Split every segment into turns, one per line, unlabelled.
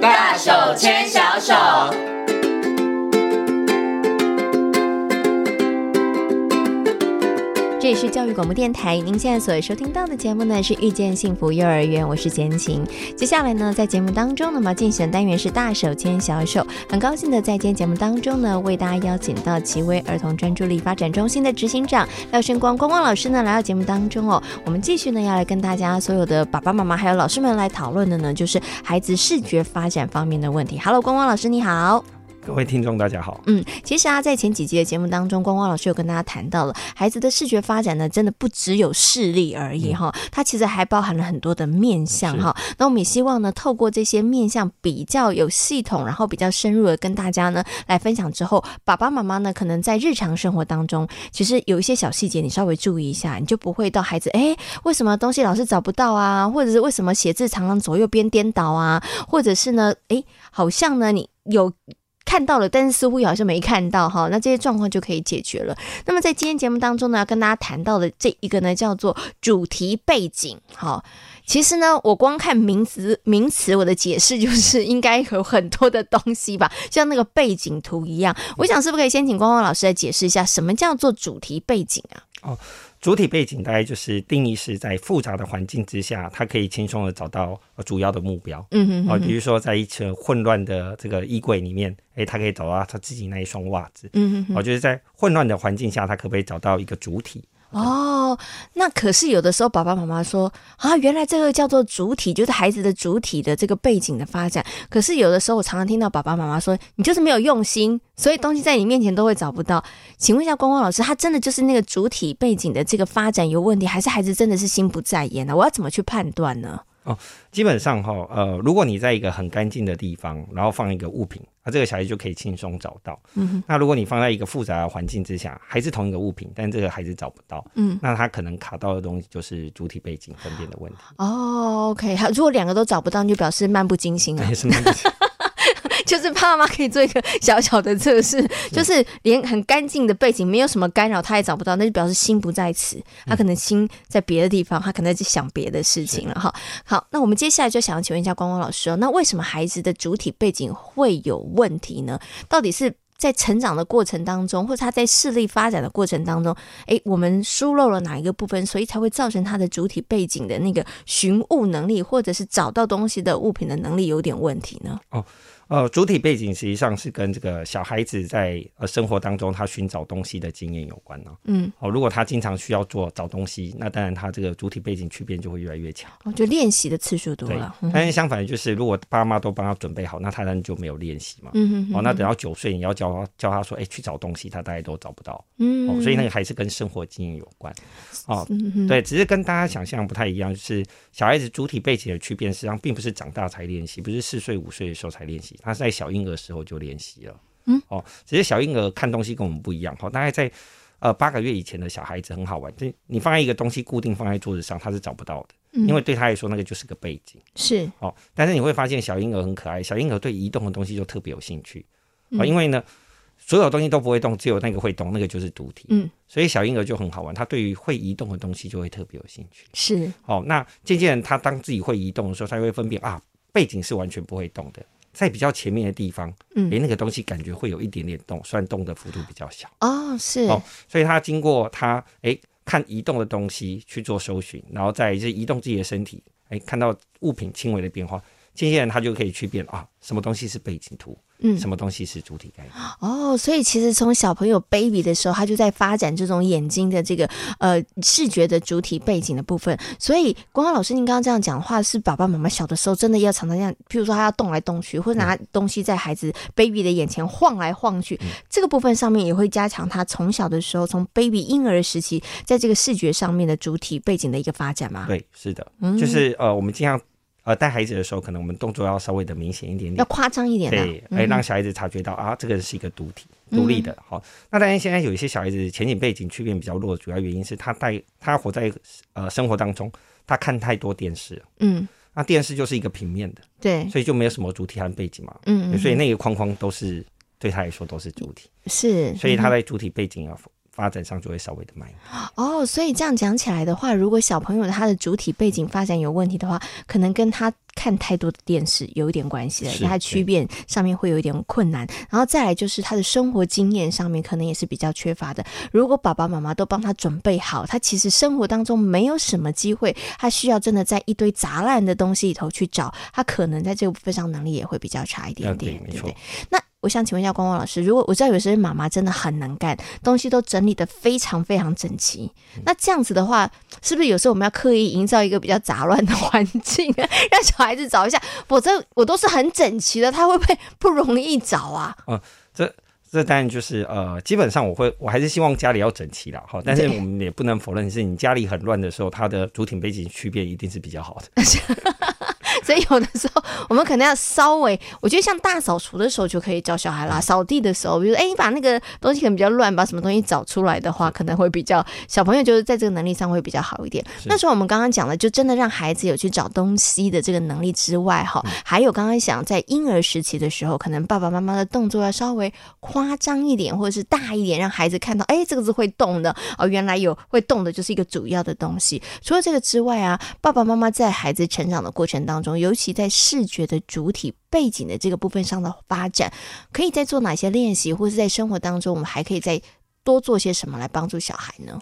大手牵小手。
这里是教育广播电台，您现在所收听到的节目呢是《遇见幸福幼儿园》，我是简晴。接下来呢，在节目当中呢，我们要进行的单元是“大手牵小手”。很高兴的在今天节目当中呢，为大家邀请到奇威儿童专注力发展中心的执行长廖胜光光光老师呢来到节目当中哦。我们继续呢要来跟大家所有的爸爸妈妈还有老师们来讨论的呢，就是孩子视觉发展方面的问题。Hello，光光老师你好。
各位听众，大家好。
嗯，其实啊，在前几集的节目当中，光光老师有跟大家谈到了孩子的视觉发展呢，真的不只有视力而已哈，它其实还包含了很多的面向哈。那我们也希望呢，透过这些面向比较有系统，然后比较深入的跟大家呢来分享之后，爸爸妈妈呢可能在日常生活当中，其实有一些小细节，你稍微注意一下，你就不会到孩子哎，为什么东西老是找不到啊，或者是为什么写字常常左右边颠倒啊，或者是呢，哎，好像呢你有。看到了，但是似乎好像没看到哈，那这些状况就可以解决了。那么在今天节目当中呢，要跟大家谈到的这一个呢，叫做主题背景。好，其实呢，我光看名词名词，我的解释就是应该有很多的东西吧，像那个背景图一样。我想是不是可以先请光光老师来解释一下，什么叫做主题背景啊？
主体背景大概就是定义是在复杂的环境之下，它可以轻松的找到呃主要的目标。
嗯哼
哦、比如说在一层混乱的这个衣柜里面，诶，他可以找到他自己那一双袜子。
嗯哼
哦、就是在混乱的环境下，他可不可以找到一个主体？
哦，那可是有的时候爸爸妈妈说啊，原来这个叫做主体，就是孩子的主体的这个背景的发展。可是有的时候我常常听到爸爸妈妈说，你就是没有用心，所以东西在你面前都会找不到。请问一下光光老师，他真的就是那个主体背景的这个发展有问题，还是孩子真的是心不在焉呢、我要怎么去判断呢？
基本上哈，呃，如果你在一个很干净的地方，然后放一个物品，那、这个小孩就可以轻松找到。
嗯哼，
那如果你放在一个复杂的环境之下，还是同一个物品，但这个孩子找不到，
嗯，
那他可能卡到的东西就是主体背景分辨的问题。
哦，OK，好，如果两个都找不到，你就表示漫不经心了。啊
也是蛮不
就是爸妈可以做一个小小的测试，就是连很干净的背景没有什么干扰，他也找不到，那就表示心不在此，他可能心在别的地方，他可能在想别的事情了哈。好，那我们接下来就想要请问一下光光老师哦，那为什么孩子的主体背景会有问题呢？到底是在成长的过程当中，或者他在视力发展的过程当中，诶，我们疏漏了哪一个部分，所以才会造成他的主体背景的那个寻物能力，或者是找到东西的物品的能力有点问题呢？哦
呃，主体背景实际上是跟这个小孩子在呃生活当中他寻找东西的经验有关呢、
嗯。
哦，如果他经常需要做找东西，那当然他这个主体背景区变就会越来越强。
哦，就练习的次数多
对
了。嗯，
但是相反的就是，如果爸妈都帮他准备好，那他当然就没有练习嘛。
嗯
哦，那等到九岁，你要教他教他说，哎、去找东西，他大概都找不到。
嗯
哦，所以那个还是跟生活经验有关。哦，
嗯哼
对，只是跟大家想象不太一样，就是小孩子主体背景的区别，实际上并不是长大才练习，不是四岁五岁的时候才练习，他是在小婴儿时候就练习了。
嗯，
哦，只是小婴儿看东西跟我们不一样，哦好、大概在呃八个月以前的小孩子很好玩，就你放在一个东西固定放在桌子上，他是找不到的，
嗯
因为对他来说那个就是个背景。
是
哦，但是你会发现小婴儿很可爱，小婴儿对移动的东西就特别有兴趣啊、哦
嗯
因为呢，所有东西都不会动，只有那个会动，那个就是主体。
嗯，
所以小婴儿就很好玩，他对于会移动的东西就会特别有兴趣。
是，
哦，那渐渐他当自己会移动的时候，他会分辨啊，背景是完全不会动的，在比较前面的地方，
嗯
诶，那个东西感觉会有一点点动，虽然动的幅度比较小，
哦，是，
哦所以他经过他诶看移动的东西去做搜寻，然后再是移动自己的身体，诶，看到物品轻微的变化，渐渐他就可以区辨啊，什么东西是背景图，
嗯
什么东西是主体概念。
哦，所以其实从小朋友 baby 的时候，他就在发展这种眼睛的这个呃视觉的主体背景的部分。所以，光光老师，您刚刚这样讲话，是爸爸妈妈小的时候真的要常常这样，譬如说他要动来动去，或者拿
嗯
东西在孩子 baby 的眼前晃来晃去，这个部分上面也会加强他从小的时候，从 baby 婴儿时期，在这个视觉上面的主体背景的一个发展嘛。
对，是的，
嗯
就是呃，我们经常呃带孩子的时候，可能我们动作要稍微的明显一点
要
点，
夸张一点啊嗯的、
对，哎、让小孩子察觉到啊，这个是一个独体。独立的，好、那当然，现在有一些小孩子前景背景区别比较弱，主要原因是他带他活在呃生活当中，他看太多电视了，
嗯，
那电视就是一个平面的，
对，
所以就没有什么主体和背景嘛，
嗯，嗯
所以那个框框都是对他来说都是主体，
是，
所以他在主体背景啊发展上就会稍微的慢一点。
哦，所以这样讲起来的话，如果小朋友他的主体背景发展有问题的话，可能跟他看太多的电视有一点关系了，
是
他区辨上面会有一点困难。然后再来就是他的生活经验上面可能也是比较缺乏的。如果爸爸妈妈都帮他准备好，他其实生活当中没有什么机会，他需要真的在一堆杂烂的东西里头去找，他可能在这个部分上能力也会比较差一点
嗯对
点，
没
对不
错
对？那我想请问一下光光老师，如果我知道有些妈妈真的很能干，东西都整理的非常非常整齐，
嗯
那这样子的话，是不是有时候我们要刻意营造一个比较杂乱的环境， 让小孩子找一下？否则我都是很整齐的，他会不会不容易找啊？
这当然就是呃，基本上我会我还是希望家里要整齐啦，哈。但是
对
我们也不能否认，是你家里很乱的时候，它的主体背景区别一定是比较好的。
所以有的时候我们可能要稍微，我觉得像大扫除的时候就可以教小孩啦，扫地的时候，比如说，哎，你把那个东西可能比较乱，把什么东西找出来的话，可能会比较小朋友就是在这个能力上会比较好一点。
是
那除了我们刚刚讲的，就真的让孩子有去找东西的这个能力之外，哈，还有刚刚想在婴儿时期的时候，可能爸爸妈妈的动作要稍微夸张一点，或者是大一点，让孩子看到，哎，这个是会动的哦，原来有会动的就是一个主要的东西。除了这个之外啊，爸爸妈妈在孩子成长的过程当中，尤其在视觉的主体背景的这个部分上的发展，可以再做哪些练习，或是在生活当中，我们还可以再多做些什么来帮助小孩呢？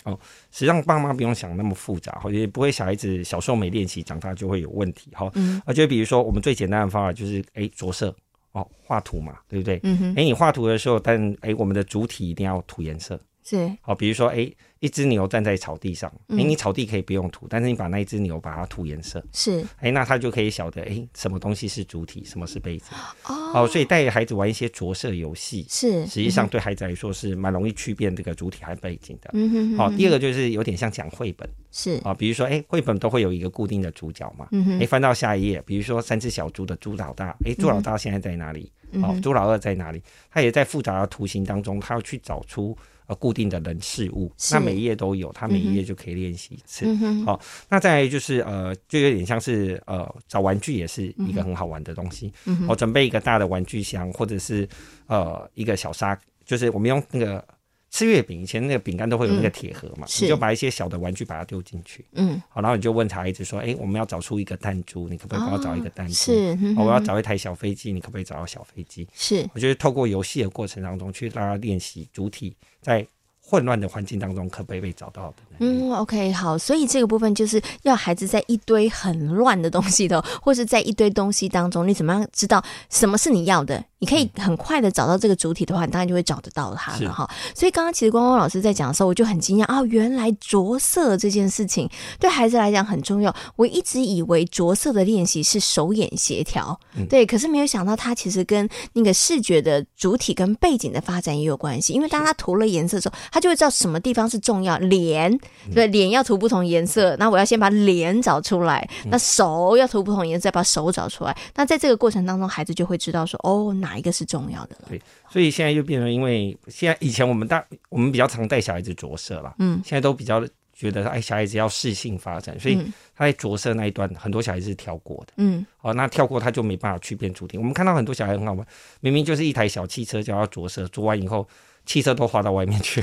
实际上，爸妈不用想那么复杂，哈，也不会小孩子小时候没练习，长大就会有问题，哈。
嗯
而且比如说，我们最简单的方法就是，哎，着色，哦，画图嘛，对不对？
嗯哼，
哎，你画图的时候，但哎，我们的主体一定要涂颜色，
是
好，比如说，哎，一只牛站在草地上，哎，
嗯
你草地可以不用涂，但是你把那一只牛把它涂颜色，
是
哎，那他就可以晓得，哎，什么东西是主体，什么是杯子。
哦，
好，所以带孩子玩一些着色游戏，
是
实际上对孩子来说是蛮容易区辨这个主体和背景的。
嗯哼，嗯哼
好，
嗯哼
第二个就是有点像讲绘本
是
啊，比如说，哎，绘本都会有一个固定的主角嘛。
嗯哼
哎，翻到下一页，比如说三只小猪的猪老大，哎，猪老大现在在哪里？
嗯
哦，
哼
猪老二在哪里？他也在复杂的图形当中，他要去找出呃固定的人事物。
是
那每一页都有，他每一页就可以练习一次。
嗯哼
好那再来就是呃，就有点像是呃，找玩具也是一个很好玩的东西。
嗯哼
我、准备一个大的玩具箱，或者是呃一个小沙，就是我们用那个吃月饼，以前那个饼干都会有
嗯
那个铁盒嘛，
是
你就把一些小的玩具把它丢进去，
嗯
好，然后你就问小孩子说，哎、我们要找出一个弹珠，你可不可以帮我找一个弹珠？
是嗯
哦
哼
我要找一台小飞机，你可不可以找到小飞机？
是
我觉得透过游戏的过程当中，去让他练习主体在混乱的环境当中可不可以被找到的能力。
嗯，OK，好，所以这个部分就是要孩子在一堆很乱的东西的，或是在一堆东西当中，你怎么样知道什么是你要的？你可以很快的找到这个主体的话，你当然就会找得到它
是
了哈。所以刚刚其实光光老师在讲的时候，我就很惊讶啊，原来着色这件事情对孩子来讲很重要。我一直以为着色的练习是手眼协调，对，可是没有想到它其实跟那个视觉的主体跟背景的发展也有关系，因为当他涂了颜色之后，他就会知道什么地方是重要。脸，对，脸要涂不同颜色，那我要先把脸找出来。那手要涂不同颜色，再把手找出来。那在这个过程当中，孩子就会知道说，哦，哪一个是重要的了。
对，所以现在就变成，因为现在以前我们大我们比较常带小孩子着色啦，
嗯，
现在都比较觉得哎，小孩子要适性发展，所以
嗯
他在着色那一段，很多小孩子是跳过的。
嗯，
哦，那跳过他就没办法区辨主题。我们看到很多小孩很好玩，明明就是一台小汽车，就要着色，着完以后，汽车都画到外面去，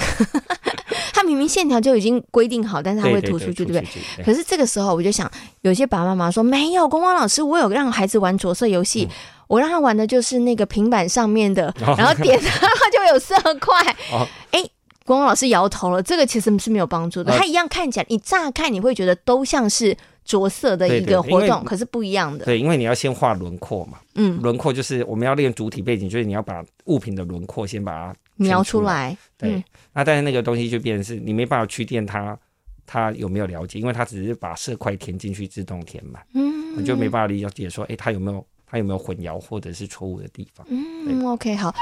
他明明线条就已经规定好，但是他会涂出去，对不对？
对？
可是这个时候，我就想，有些爸爸妈妈说没有，光光老师，我有让孩子玩着色游戏，我让他玩的就是那个平板上面的，
嗯 哦
然后点它它就有色块。
哦
哎、光光老师摇头了，这个其实是没有帮助的。
呃
它一样看起来，你乍看你会觉得都像是着色的一
对
个
对
活
因为
动，可是不一样的。
对，因为你要先画轮廓嘛，
嗯，
轮廓就是我们要练主体背景，就是你要把物品的轮廓先把它圈
描
出
出
来。
来，
对，
嗯
那但是那个东西就变成是你没办法去垫它，它有没有了解，因为它只是把色块填进去自动填满，
嗯
你就没办法理解说，诶，它有没有它有没有混淆或者是错误的地方。
嗯，OK，好。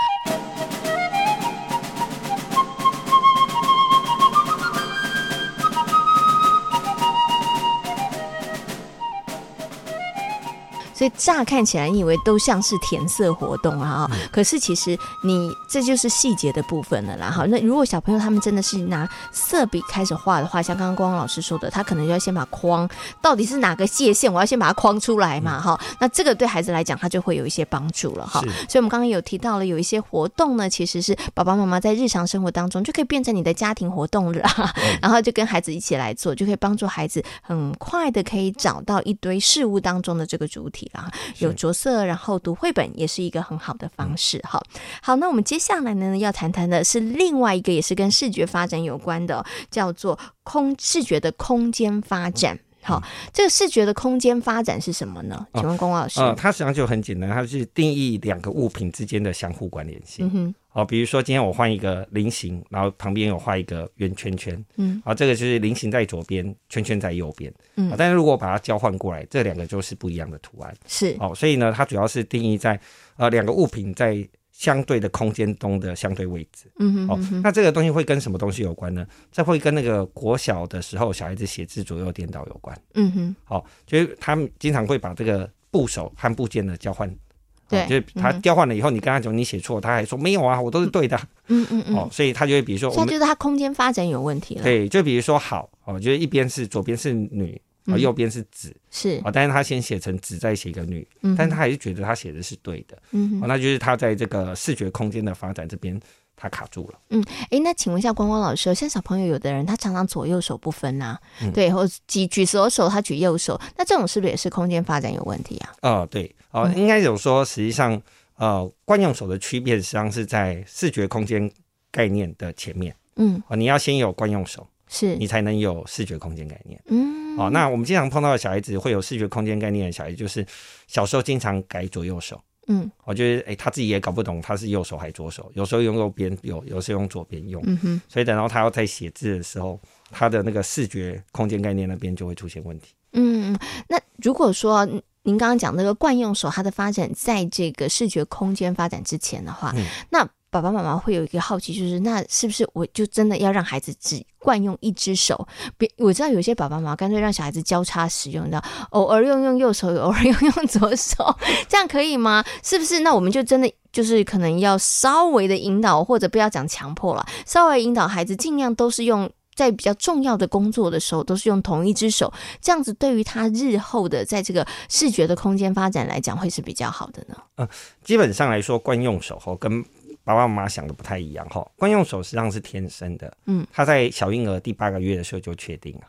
所以乍看起来你以为都像是填色活动啊、哦，可是其实你这就是细节的部分了啦。哈，那如果小朋友他们真的是拿色笔开始画的话，像刚刚光光老师说的，他可能就要先把框到底是哪个界限，我要先把它框出来嘛。哈、那这个对孩子来讲，他就会有一些帮助了哈。
是
所以我们刚刚有提到了，有一些活动呢，其实是爸爸妈妈在日常生活当中就可以变成你的家庭活动了啊，
嗯
然后就跟孩子一起来做，就可以帮助孩子很快的可以找到一堆事物当中的这个主体啦。
是嗯
有着色，然后读绘本也是一个很好的方式哈。好，那我们接下来呢要谈谈的是另外一个也是跟视觉发展有关的哦、叫做空视觉的空间发展。好，这个视觉的空间发展是什么呢？
嗯哦
请问龚老师？
呃，它实际上就很简单，它是定义两个物品之间的相互关联性
嗯。哼，
好、比如说今天我换一个菱形，然后旁边有画一个圆圈圈，哦
嗯，
好、这个就是菱形在左边，圈圈在右边，
嗯
啊但是如果把它交换过来，这两个就是不一样的图案，
是，
哦，所以呢，它主要是定义在呃两个物品在相对的空间中的相对位置，
嗯哼
哦
嗯，哼，
那这个东西会跟什么东西有关呢？这会跟那个国小的时候小孩子写字左右颠倒有关，
嗯哼，
哦，就是他们经常会把这个部首和部件的交换。
对
哦就是
嗯
他
哼
交换了以后，你跟他讲你写错，他还说没有啊，我都是对的。
嗯嗯嗯。
哦，所以他就会比如说
所
我
以
们
就是它空间发展有问题了。，
对，就比如说好哦，就是一边是左边是女，哦
嗯
右边是子
是，
哦，但是他先写成子，再写一个女，
嗯哼，
但是他还是觉得他写的是对的，
嗯
哦，
哼，
那就是他在这个视觉空间的发展这边他卡住了，
哎，那请问一下光光老师哦，像小朋友有的人他常常左右手不分呐、
嗯
对，或举举左手他举右手，那这种是不是也是空间发展有问题啊？
哦，对，哦，应该有说实际上呃，惯用手的区别实际上是在视觉空间概念的前面
嗯，
哦，你要先有惯用手，
是
你，才能有视觉空间概念。
嗯，
哦，那我们经常碰到的小孩子会有视觉空间概念的小孩，就是小时候经常改左右手。
嗯
我觉得，哎、他自己也搞不懂他是右手还是左手，有时候用右边用，有时候用左边用，
嗯哼，
所以等到他要在写字的时候，他的那个视觉空间概念那边就会出现问题。
嗯，嗯那如果说。嗯您刚刚讲那个惯用手，它的发展在这个视觉空间发展之前的话，
嗯
那爸爸妈妈会有一个好奇，就是那是不是我就真的要让孩子只惯用一只手？别我知道有些爸爸妈妈干脆让小孩子交叉使用，你知道，偶尔用用右手， 偶尔用用左手， 这样可以吗？是不是？那我们就真的就是可能要稍微的引导，或者不要讲强迫了，稍微引导孩子尽量都是用。在比较重要的工作的时候，都是用同一只手，这样子对于他日后的在这个视觉的空间发展来讲，会是比较好的呢。
基本上来说，惯用手吼跟爸爸妈妈想的不太一样吼，惯用手实际上是天生的，
嗯，
他在小婴儿第八个月的时候就确定了，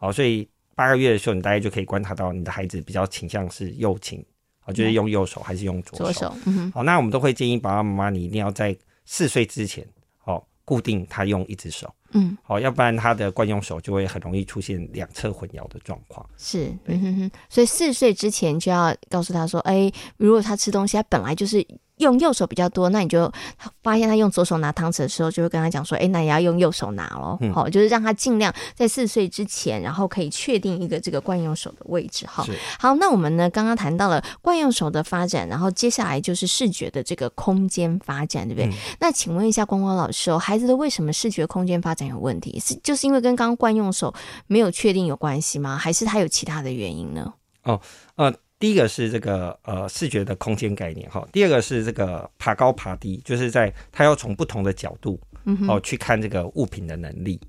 哦，所以八个月的时候，你大概就可以观察到你的孩子比较倾向是右倾，哦，就是用右手还是用
嗯左手，嗯哼，
好，那我们都会建议爸爸妈妈，你一定要在四岁之前，哦，固定他用一只手，
嗯，
好，要不然他的惯用手就会很容易出现两侧混淆的状况。
是，
对
嗯哼哼，所以四岁之前就要告诉他说，哎，如果他吃东西，他本来就是用右手比较多，那你就他发现他用左手拿汤匙的时候，就会跟他讲说，哎，那也要用右手拿咯。
嗯
好、就是让他尽量在四岁之前，然后可以确定一个这个惯用手的位置，哈。
是
好，那我们呢刚刚谈到了惯用手的发展，然后接下来就是视觉的这个空间发展，对不对？
嗯
那请问一下光光老师哦，孩子的为什么视觉空间发展有问题？是就是因为跟刚刚惯用手没有确定有关系吗？还是他有其他的原因呢？
呃，第一个是这个呃视觉的空间概念哈，第二个是这个爬高爬低，就是在他要从不同的角度
嗯
哦、去看这个物品的能力。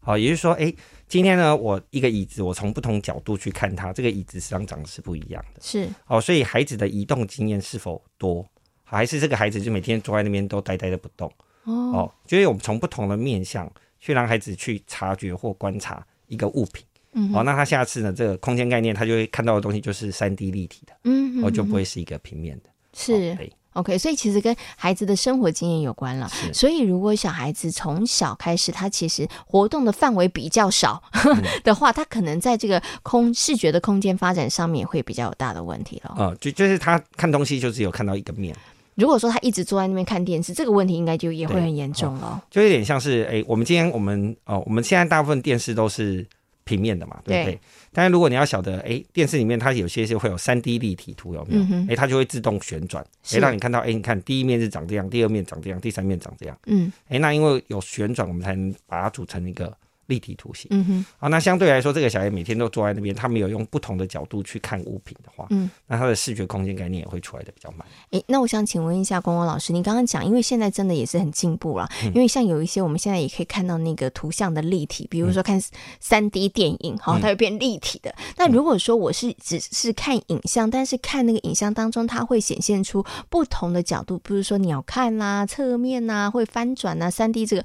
好、也就是说，哎、今天呢，我一个椅子，我从不同角度去看它，这个椅子实际上长得是不一样的。
是，
哦，所以孩子的移动经验是否多，还是这个孩子就每天坐在那边都呆呆的不动？
哦，
哦，就是我们从不同的面向去让孩子去察觉或观察一个物品。
嗯
哦，那他下次呢，这个空间概念他就会看到的东西就是三 D 立体的，
嗯哼
哦，就
嗯
不会是一个平面的。
哼是
哦。对
OK，所以其实跟孩子的生活经验有关了。
是
所以如果小孩子从小开始，他其实活动的范围比较少、
嗯
的话，他可能在这个空视觉的空间发展上面会比较有大的问题了。
呃，就就是他看东西就只有看到一个面，
如果说他一直坐在那边看电视，这个问题应该就也会
对
很严重了。
就有点像是哎、我们今天我们哦，我们现在大部分电视都是平面的嘛，对不对？
对
但是如果你要晓得，哎、电视里面它有些是会有三 D 立体图，有没有？哎、
嗯哼
它就会自动旋转，哎、
是
让你看到，哎、你看第一面是长这样，第二面长这样，第三面长这样，
嗯
哎、那因为有旋转，我们才能把它组成一个立体图形。
嗯哼，
啊，那相对来说，这个小孩每天都坐在那边，他没有用不同的角度去看物品的话，
嗯，
那他的视觉空间概念也会出来的比较慢。
诶，那我想请问一下光光老师，你刚刚讲，因为现在真的也是很进步了，因为像有一些我们现在也可以看到那个图像的立体，比如说看三 D 电影，哈、它会变立体的。那如果说我是只是看影像，但是看那个影像当中，它会显现出不同的角度，比如说鸟瞰啦、侧面呐、会翻转呐、三 D 这个，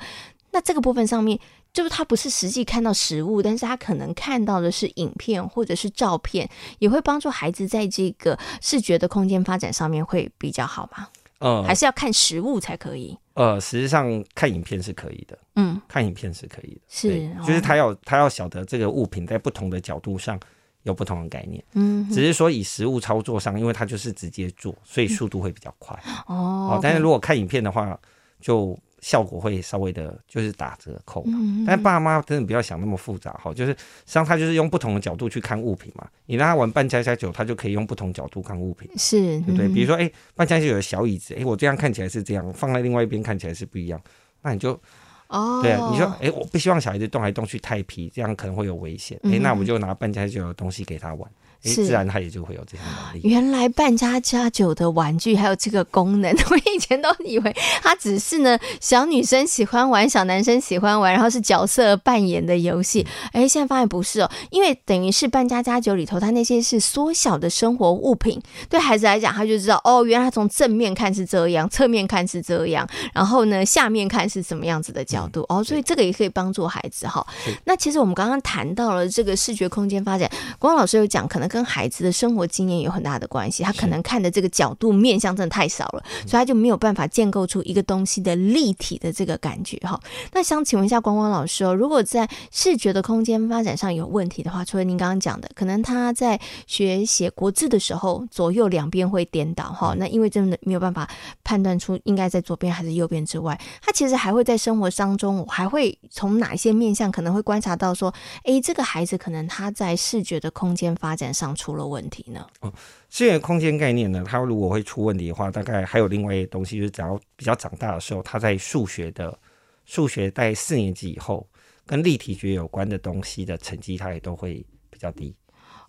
那这个部分上面。就是它不是实际看到实物，但是他可能看到的是影片或者是照片，也会帮助孩子在这个视觉的空间发展上面会比较好吗？
呃
还是要看实物才可以？
呃，实际上看影片是可以的，
嗯，
看影片是可以的，
是
对
哦
就是他要他要晓得这个物品在不同的角度上有不同的概念，
嗯，
只是说以实物操作上，因为它就是直接做，所以速度会比较快。
哦
哦，，但是如果看影片的话，就效果会稍微的，就是打折扣
嗯
嘛。但爸妈真的不要想那么复杂哈、就是实际上他就是用不同的角度去看物品嘛。你让他玩扮家家酒，他就可以用不同角度看物品，
是，
对不对？
嗯
比如说，哎、扮家家酒的小椅子，哎、我这样看起来是这样，放在另外一边看起来是不一样。那你就
哦，
对啊，你说，哎、我不希望小孩子动来动去太皮，这样可能会有危险。哎、那我们就拿扮家家酒的东西给他玩，哎、
嗯是
自然他也就会有这样能力。
原来扮家家酒的玩具还有这个功能，我以前都以为它只是呢小女生喜欢玩，小男生喜欢玩，然后是角色扮演的游戏。哎，现在发现不是哦，因为等于是扮家家酒里头，它那些是缩小的生活物品，对孩子来讲，他就知道哦，原来他从正面看是这样，侧面看是这样，然后呢下面看是什么样子的角度、哦，所以这个也可以帮助孩子哈。那其实我们刚刚谈到了这个视觉空间发展，光老师有讲，可能跟孩子的生活经验有很大的关系，他可能看的这个角度面向真的太少了，所以他就没有办法建构出一个东西的立体的这个感觉哈。那想请问一下光光老师哦，如果在视觉的空间发展上有问题的话，除了您刚刚讲的，可能他在学写国字的时候左右两边会颠倒哈，那因为真的没有办法判断出应该在左边还是右边之外，他其实还会在生活当中，我还会从哪一些面向可能会观察到说，诶，这个孩子可能他在视觉的空间发展上出了问题呢？
视觉空间概念呢，它如果会出问题的话，大概还有另外一个东西，就是只要比较长大的时候，他在数学的数学在四年级以后，跟立体学有关的东西的成绩，它也都会比较低。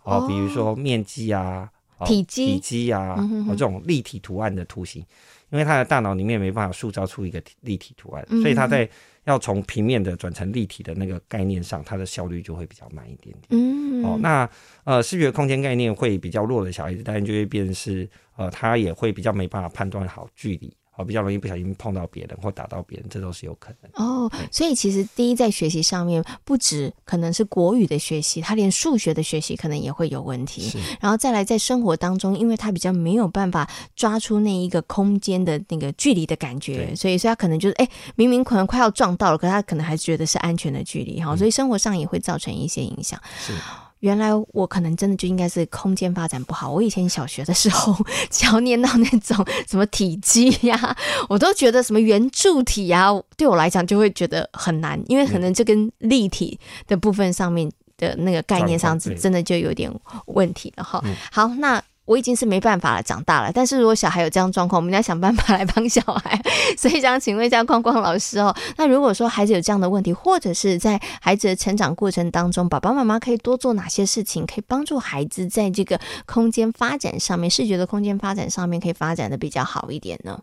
哦，比如说面积啊，哦
体积
体积啊，哦这种立体图案的图形，因为他的大脑里面没办法塑造出一个体立体图案，所以他在要从平面的转成立体的那个概念上，它的效率就会比较慢一点点。
嗯
哦，那呃，视觉空间概念会比较弱的小孩子，当然就会变成是呃，他也会比较没办法判断好距离，哦，比较容易不小心碰到别人或打到别人，这都是有可能的。
哦，所以其实第一在学习上面，不止可能是国语的学习，他连数学的学习可能也会有问题。
是
然后再来在生活当中，因为他比较没有办法抓出那一个空间的那个距离的感觉，
对
所以所以他可能就是哎，明明可能快要撞到了，可他可能还觉得是安全的距离哈，所以生活上也会造成一些影响。
是
原来我可能真的就应该是空间发展不好。我以前小学的时候， 只要念到那种什么体积呀、我都觉得什么圆柱体呀、对我来讲就会觉得很难，因为可能这跟立体的部分上面的那个概念上，
状况对
真的就有点问题了哈。好，那。我已经是没办法了，长大了。但是如果小孩有这样状况，我们要想办法来帮小孩。 所以想请问一下光光老师哦，那如果说孩子有这样的问题，或者是在孩子的成长过程当中，爸爸妈妈可以多做哪些事情，可以帮助孩子在这个空间发展上面、视觉的空间发展上面，可以发展的比较好一点呢？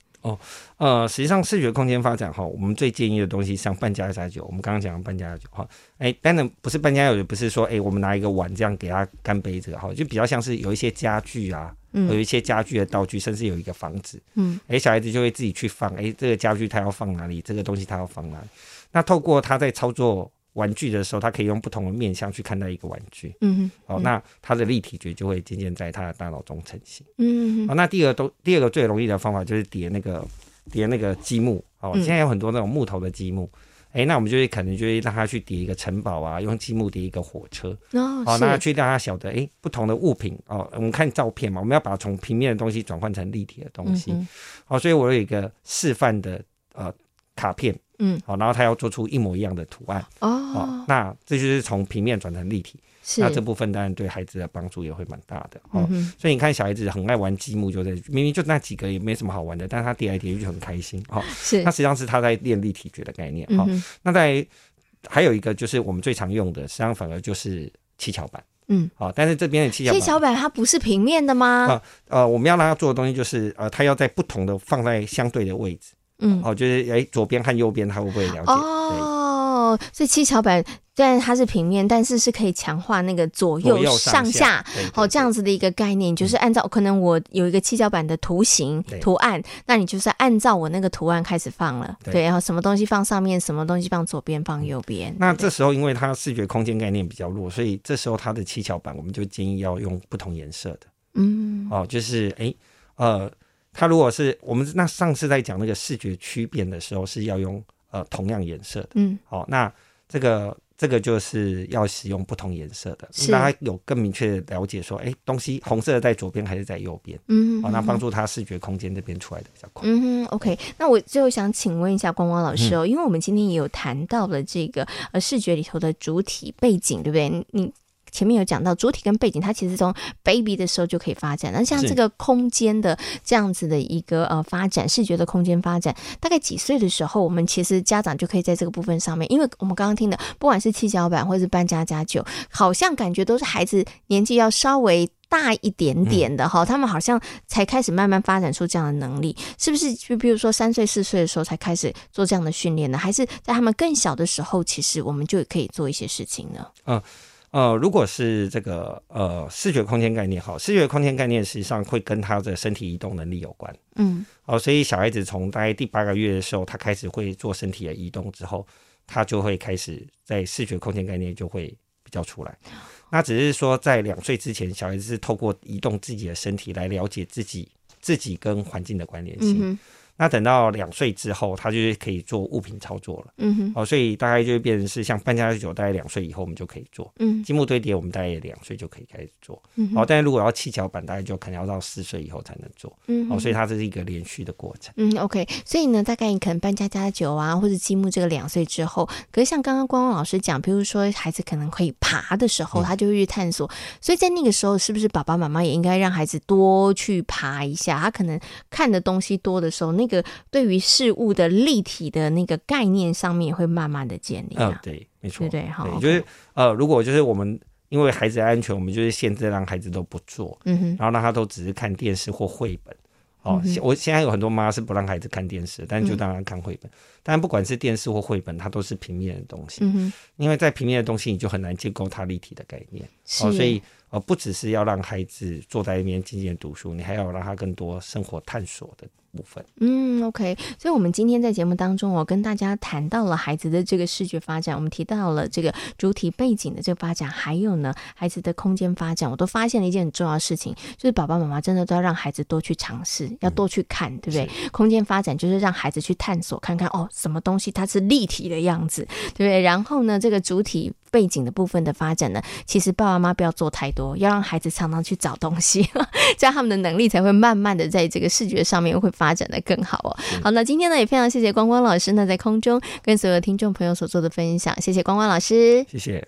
呃，实际上视觉空间发展哈，我们最建议的东西像半家家酒，我们刚刚讲的半家家酒哈，哎，当然不是半家家酒，不是说哎我们拿一个碗这样给他干杯这个哈，就比较像是有一些家具啊，有一些家具的道具，甚至有一个房子，
嗯，
哎，小孩子就会自己去放，哎，这个家具他要放哪里，这个东西他要放哪里。那透过他在操作玩具的时候，他可以用不同的面向去看待一个玩具，
嗯
哦，那他的立体觉就会渐渐在他的大脑中成型。
嗯
哦，那第二都第二个最容易的方法就是叠那个叠那个积木，哦，
嗯
现在有很多那种木头的积木。哎，那我们就会可能就会让他去叠一个城堡啊，用积木叠一个火车，
哦
哦，那去让他晓得，哎，不同的物品哦，我们看照片嘛，我们要把从平面的东西转换成立体的东西，
嗯
好、所以我有一个示范的呃卡片，哦
嗯，
好、然后他要做出一模一样的图案，
哼
好、
哦，
那这就是从平面转成立体，
是
那这部分当然对孩子的帮助也会蛮大的，哦
嗯。哼
所以你看，小孩子很爱玩积木，就在明明就那几个也没什么好玩的，但是他叠来叠去就很开心，哦。
是
那实际上是他在练立体觉的概念，
嗯
哦。
哼
那在还有一个就是我们最常用的，实际上反而就是七巧板。
嗯，
好、但是这边的七巧
七
板，
巧板它不是平面的吗？
啊呃，我们要让它做的东西就是呃，它要在不同的放在相对的位置。
嗯，
哦，就是哎，左边和右边，它会不会了解？对
哦，所以七巧板虽然它是平面，但是是可以强化那个左
左右
上
上
下
下。对对
好，哦这样子的一个概念，就是按照可能我有一个七巧板的图形
嗯对
图案，那你就是按照我那个图案开始放了，
对
对，然后什么东西放上面，什么东西放左边，放右边。
那这时候，因为它视觉空间概念比较弱，所以这时候它的七巧板，我们就建议要用不同颜色的
嗯
哦，就是哎、呃，它如果是我们那上次在讲那个视觉区变的时候，是要用呃同样颜色的。
嗯，
好、那这个这个就是要使用不同颜色的，
是
让大家有更明确的了解说，哎、东西红色的在左边还是在右边？
嗯，
哦，那帮助他视觉空间这边出来的比较快。
嗯哼，OK，那我最后想请问一下光光老师哦，因为我们今天也有谈到了这个呃视觉里头的主体背景，对不对？你前面有讲到主体跟背景，它其实从 baby 的时候就可以发展。那像
是
这个空间的这样子的一个呃发展，视觉的空间发展，大概几岁的时候，我们其实家长就可以在这个部分上面，因为我们刚刚听的，不管是七巧板或是搬家家酒，好像感觉都是孩子年纪要稍微大一点点的哈，他们好像才开始慢慢发展出这样的能力，是不是？就比如说三岁、四岁的时候才开始做这样的训练呢？还是在他们更小的时候，其实我们就可以做一些事情呢？
呃，如果是这个呃视觉空间概念，好，视觉空间概念实际上会跟他的身体移动能力有关。
嗯
哦，所以小孩子从大概第八个月的时候，他开始会做身体的移动之后，他就会开始在视觉空间概念就会比较出来。那只是说，在两岁之前，小孩子是透过移动自己的身体来了解自己、自己跟环境的关联
嗯
性。
哼
那等到两岁之后，他就是可以做物品操作了。
嗯哼
哦，所以大概就会变成是像搬家酒，大概两岁以后我们就可以做
嗯
积木堆叠，我们大概也两岁就可以开始做。
嗯
哦，
哼
但是如果要七巧板，大概就可能要到四岁以后才能做。
嗯
哦，
哼
所以它这是一个连续的过程。
嗯，OK，所以呢，大概你可能搬家家酒啊，或者积木这个两岁之后，可是像刚刚光光老师讲，比如说孩子可能可以爬的时候，他就会去探索，所以在那个时候，是不是爸爸妈妈也应该让孩子多去爬一下？他可能看的东西多的时候，那个对于事物的立体的那个概念上面也会慢慢的建立
嗯
啊，，
对，没
对
错
不，对？好，
对，
OK
就是呃，如果就是我们因为孩子的安全，我们就是限制让孩子都不做，
嗯哼，
然后让他都只是看电视或绘本。哦，
嗯
现我现在有很多妈是不让孩子看电视，但是就
嗯
让他看绘本。但不管是电视或绘本，它都是平面的东西，
嗯哼，
因为在平面的东西，你就很难建构它立体的概念。
是，
哦，所以呃，不只是要让孩子坐在那边静静地读书，你还要让他更多生活探索的部分。
嗯，OK，所以我们今天在节目当中，我跟大家谈到了孩子的这个视觉发展，我们提到了这个主体背景的这个发展，还有呢孩子的空间发展，我都发现了一件很重要的事情，就是爸爸妈妈真的都要让孩子多去尝试，要多去看，对不对？空间发展就是让孩子去探索，看看哦，什么东西它是立体的样子，对不对？然后呢，这个主体背景的部分的发展呢，其实爸爸妈妈不要做太多，要让孩子常常去找东西， 这样他们的能力才会慢慢的在这个视觉上面会发展的更好哦。好，那今天呢也非常谢谢光光老师呢在空中跟所有听众朋友所做的分享，谢谢光光老师。
谢谢。